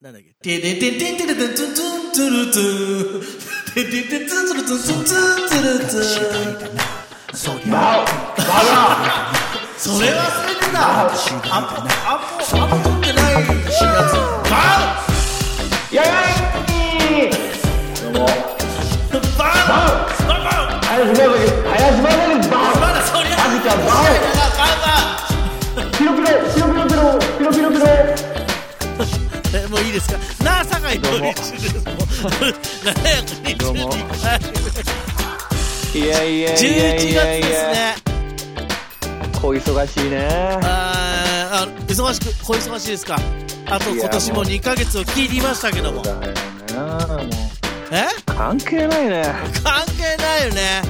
なんだっけ。てててててててつんつんつるつん。てててつんつるつんつんつんつるつん。そりゃそれ忘れてた。アンポ、アンポ、アンポ取ってないやつ。バやいどうウもバウバウバウ林正樹林正樹バまだそりゃ、マジかババウピロピロピロピロピロピロピロピウバロウえ、もういいですかなあ、酒井どうのも一です。もう、722どうも回。いやいや11いや月いやでいすやね。小忙しいねあーあ忙しく、小忙しいですか。あといや今年も2ヶ月を切りましたけども。だよなもうえ関係ないね関係ないよね。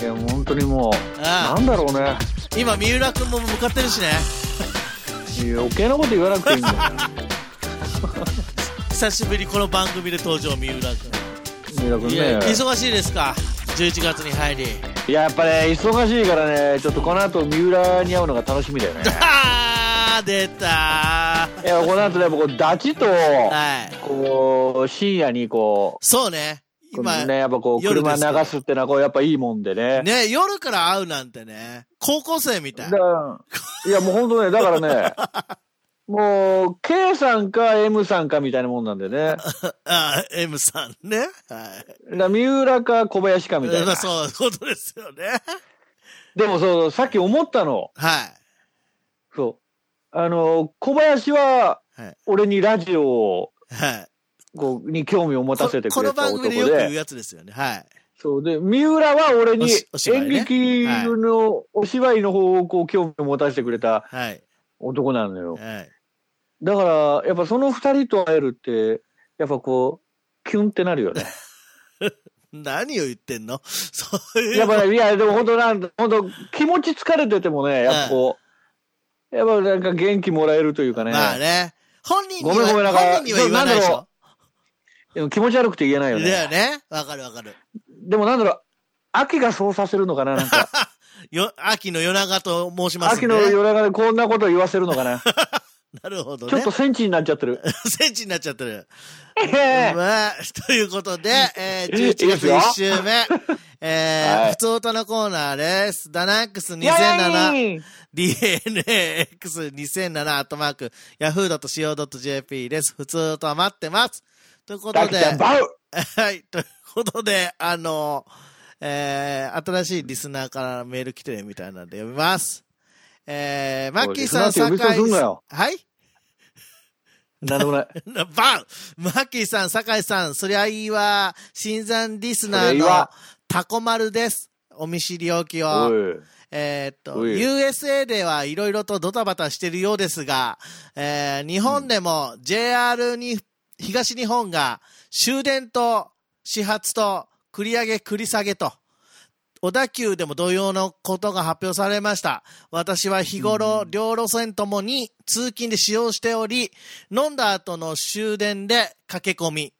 いや本当にもうああなんだろうね今、三浦君も向かってるしね。余計なこと言わなくていいんだよ久しぶりこの番組で登場、三浦三浦君。君いや、ね忙しいですか。11月に 入り。いややっぱね忙しいからねちょっとこの後三浦に会うのが楽しみ だよねあー、出たいやこの後ね僕ダチとー。はい。こう深夜にこそうね。うこ今、のねやっぱこう夜で車すけど流すってのはこうやっぱいいもんでねね、夜から会うなんてね、高校生みただい。いやもう本当ねだか らねもう K さんか M さんかみたいなもんなんでねだかあー、M さんね。はい。ら三浦か小林かみたいまなあ、そういうことですよね。でもそうさっき思ったのはい。そうあの小林ははい俺にラジオをはい。こうに興味を持たせてこくのれた番男組でよく言うでやつですよね。はい。そうで三浦は俺におしお芝居演ね劇のお芝居の方をこう興味を持たせてくれたはい。男なのよ。はい。だから、やっぱその二人と会えるって、やっぱこう、キュンってなるよね。何を言ってんの そういう。 やっぱ、ね、いや、でも本当なん、本当気持ち疲れててもね、やっぱこう、やっぱなんか元気もらえるというかね、まあね。本人にはごめんごめんなんか本人には言わないでしょ。でも気持ち悪くて言えないよだね。よね。わかるわかる。でもなんだろう、秋がそうさせるのかな、なんか。よ、秋の夜長と申し ますん秋で、のね。夜中でこんなこと言わせるのかな。なるほどね。ちょっとセンチになっちゃっ てる。戦地になっちゃってる。ええまあ、ということで、えー、いい11です月よ1週目。えー、 はい普通歌のコーナーです。ダナックスいや2007、いや DNAX2007 アットマーク、yahoo.co.jp です。普通歌待ってます。ということダキで、ちゃん、バウはい。ということで、あの、えー、新しいリスナーからメール来てるみたいなんで読みます。えー、マッキーさん、おいリスナーって呼び捨てすんなよ井はいなんで もない。バンマッキーさん、酒井さん、そりゃいいわ。新山リスナそりゃーいいのわタコ丸です。お見知りおきおを。い。えーっと、おい USA ではいろいろとドタバタしてるようですが、えー日本でも JR に、東日本が終電と始発と繰り上げ繰り下げと、小田急でも同様のことが発表されました。私は日頃、両路線ともに通勤で使用しており、飲んだ後の終電で駆け込み、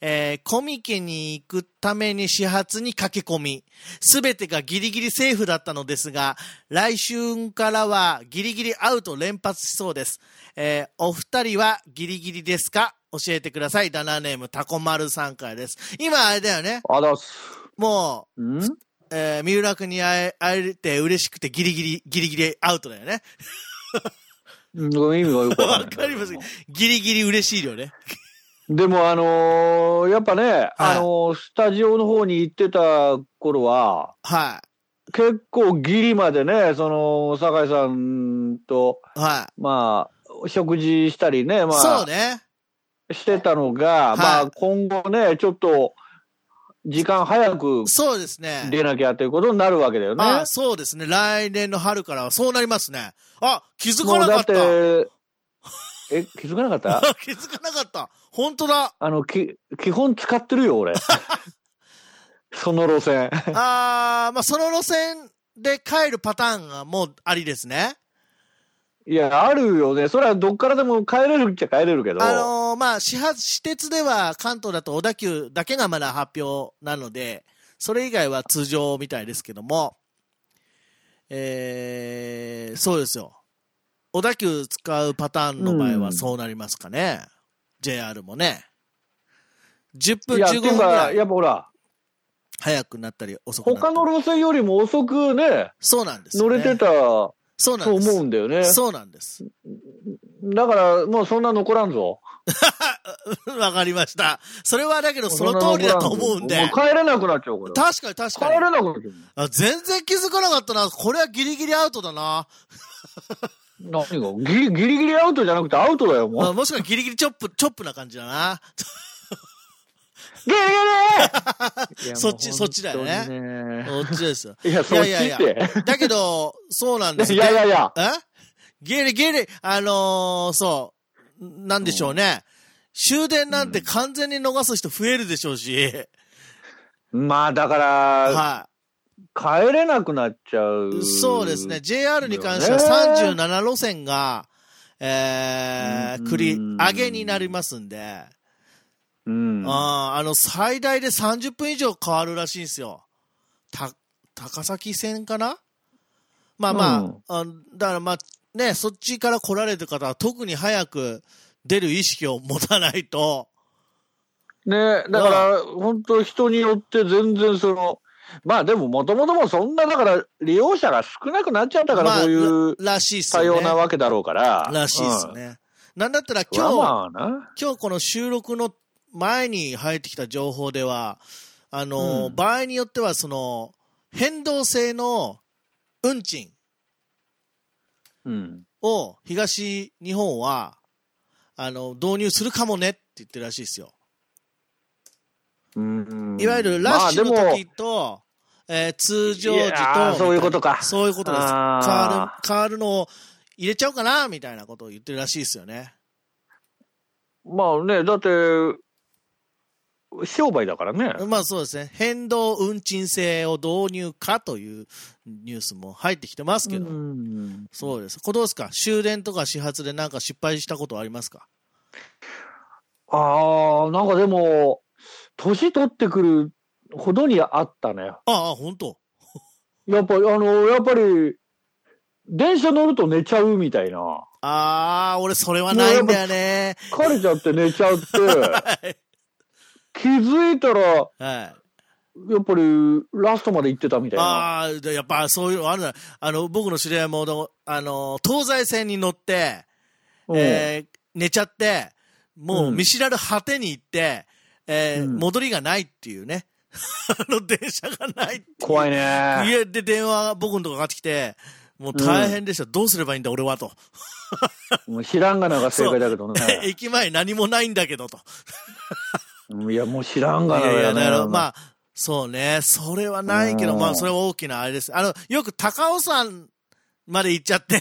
えー、コミケに行くために始発に駆け込み、すべてがギリギリセーフだったのですが、来週からはギリギリアウト連発しそうです。えーお二人はギリギリですか教えてください。ダナネームタコマルさんからです。今あれだよね。あだっす。もんう、えー三浦君に会え、会えて嬉しくてギリギリ、ギリギリアウトだよね。うん意味がよくわわんないかります。ギリギリ嬉しいよね。でも、あのーやっぱね、あのースタジオの方に行ってた頃は、は結構ギリまでね、その、酒井さんと、い。はまあ、食事したりね、い。まそうあ、ね。してたのが、はいまあ、今後ね、ちょっと、時間早くそうですね。出なきゃということになるわけだよね。あ、そうですね。来年の春からはそうなりますね。あ、気づかもなうかだっ。ったて、え、気づかなかった 気づかなかった。本当だ。あの、き、基本使ってるよ、 俺。その路線。あー、まあ、その路線で帰るパターンがもうありですね。いや、あるよね。それはどっからでも帰れるっちゃ帰れるけど。あのーまあ、始発、私鉄では関東だと小田急だけがまだ発表なので、それ以外は通常みたいですけども、えー、そうですよ。小田急使うパターンの場合はそうなりますかね。 JR もね。10分、いや、っ15てい分うぐからやいっぱほら、早くなったり遅くなった他り。の路線よりも遅くね、そうなんです乗よね、れてたとそうなん思です。うんだよね。そうなんです。 だから、もうそんな残らんぞ。わかりました。それはだけど、その通りだと思うんもでう。帰れなくなっちゃうから。確かに確帰かれに。なくなっちゃう。あ全然気づかなかったな。これはギリギリアウトだな。何がギリギリギリアウトじゃなくてアウトだよ、もあう。もしくはギリギリチョップ、チョップな感じだな。ギリギリい やそっちそっちだよね。ねこっちです よ。いや、そっちっいやいやて。だけど、そうなんですいよやいやいや。えギリギリ、あのーそう、なんでしょうね。終電なんて完全に逃す人増えるでしょうし。まあ、だから、は帰れなくなっちゃう。い。そうですね。。JR に関しては37路線が、えー、繰りうん上げになりますんで、うん。あーあの、最大で30分以上変わるらしいんですよ。た、高崎線かなまあまあ、うんあだからまあ、ね、そっちから来られる方は特に早く出る意識を持たないと、ねだから、本当人によって全然その、まあでも、もともともそんな、だから、利用者が少なくなっちゃったから、まあそういうらしいっす多よね。様なわけだろうから。らしいっすうん。ね。なんだったら今今日、日はまあな。今日この収録の前に入ってきた情報では、あの、うん場合によってはその、変動制の運賃うん。を東日本は、あの、導入するかもねって言ってるらしいですよ。うんいわゆるラッシュのまあでも時と、えー通常い時とみたやな、ーそういうことかそういうことです。変あーわる、変わるのを入れちゃおうかな、みたいなことを言ってるらしいですよね。まあね、だって、商売だからね。まあそうですね。変動運賃制を導入かというニュースも入ってきてますけど。うんそうです。これどうですか終電とか始発でなんか失敗したことありますかああ、なんかでも、年取ってくるほどにあったね。ああ、本当やっぱり、あの、やっぱり、電車乗ると寝ちゃうみたいな。ああ、俺それはないんだよね。疲れちゃって寝ちゃ って、気づいたら、やはい。っぱりラストまで行ってたみたいな。ああ、でやっぱそういうのあるな。あの、僕の知り合いも、どあの、東西線に乗って、うんえー寝ちゃって、もううん見知らぬ果てに行って、えーうん戻りがないっていうね。 あの、電車がないっていう。怖いいね。や、で、電話が僕のとこかかってきて、もう大変でした。どうすればいいんだ、俺はと。もう知らんがなが正解だけどね。 駅前何もないんだけどと。うんいや、もう知らんいがなだやいや、よだからね。まあ、そうね。それはないけど、うんまあ、それは大きなあれです。あの、よく高尾山まで行っちゃって、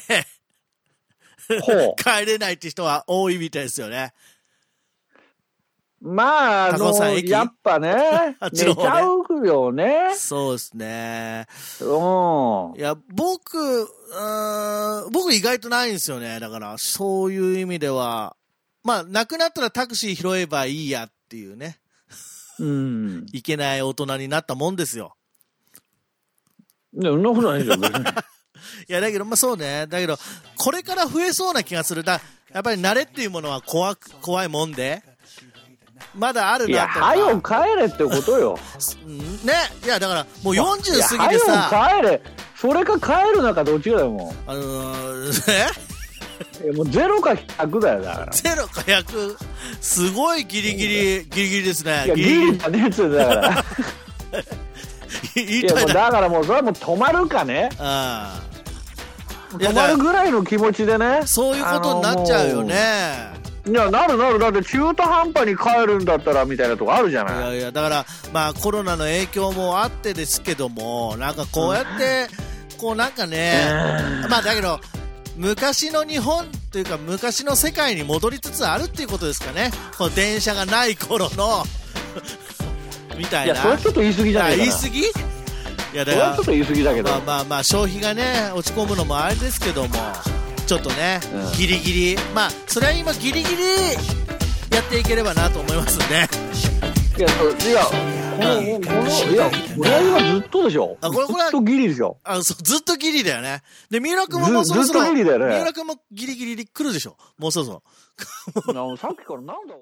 ほ う。帰れないって人は多いみたいですよね。まあ、あ高尾山の、駅、やっぱね あっ寝ちちの方ねゃうよね。そうですね。うんい。や、僕、うーん、僕意外とないんですよね。だから、そういう意味では、まあ、なくなったらタクシー拾えばいいやっていうね、うん。いけない大人になったもんですよ。でもそんなことないでしょ、別 にいや、だけど、まあそうね。だけど、これから増えそうな気がする。だやっぱり慣れっていうものは怖く、怖いもんで、まだあるいや、なとか。早く帰れってことよ。うんね。いや、だから、もういや40過ぎ早てさ、く帰れ。それか帰るのかどっちかだよ、もあのー、 ねう。いやもうゼロか100だよ、だかゼロか100、すごいギリギリ、ギリギリですねら。い。や、ギギリリじゃねえっつうん だから。ギリ、言いいや、たもいうな。だからもう、それはもう止まるかね。あいや止まるぐらいの気持ちでね。そういうことになっちゃうよね。あの。もういや、なるなる。だって中途半端に帰るんだったら、みたいなとこあるじゃいない。やいや、だから、まあコロナの影響もあってですけども、なんかこうやって、こうなんかね、まあだけど、昔の日本というか昔の世界に戻りつつあるっていうことですかね。こう電車がない頃の、みたいいな。や、それはちょっと言い過ぎじゃあないか言いな。過ぎいや、だそれかはらちょっ、と言い過ぎだけど。まあまあまあ消費がね落ち込むのもあれですけどもちょっとね、うんギリギリまあそれは今ギリギリやっていければなと思いますんでいや、そういや、この、この、いや、俺は今ずっとでしょ。あこれこれずっとギリでし ょ。 あのそうずっとギリだよねで三浦君ももうずそろそろずっとギリだよね三浦君もギリギリで来るでしょもうそろそろあのさっきからなんだ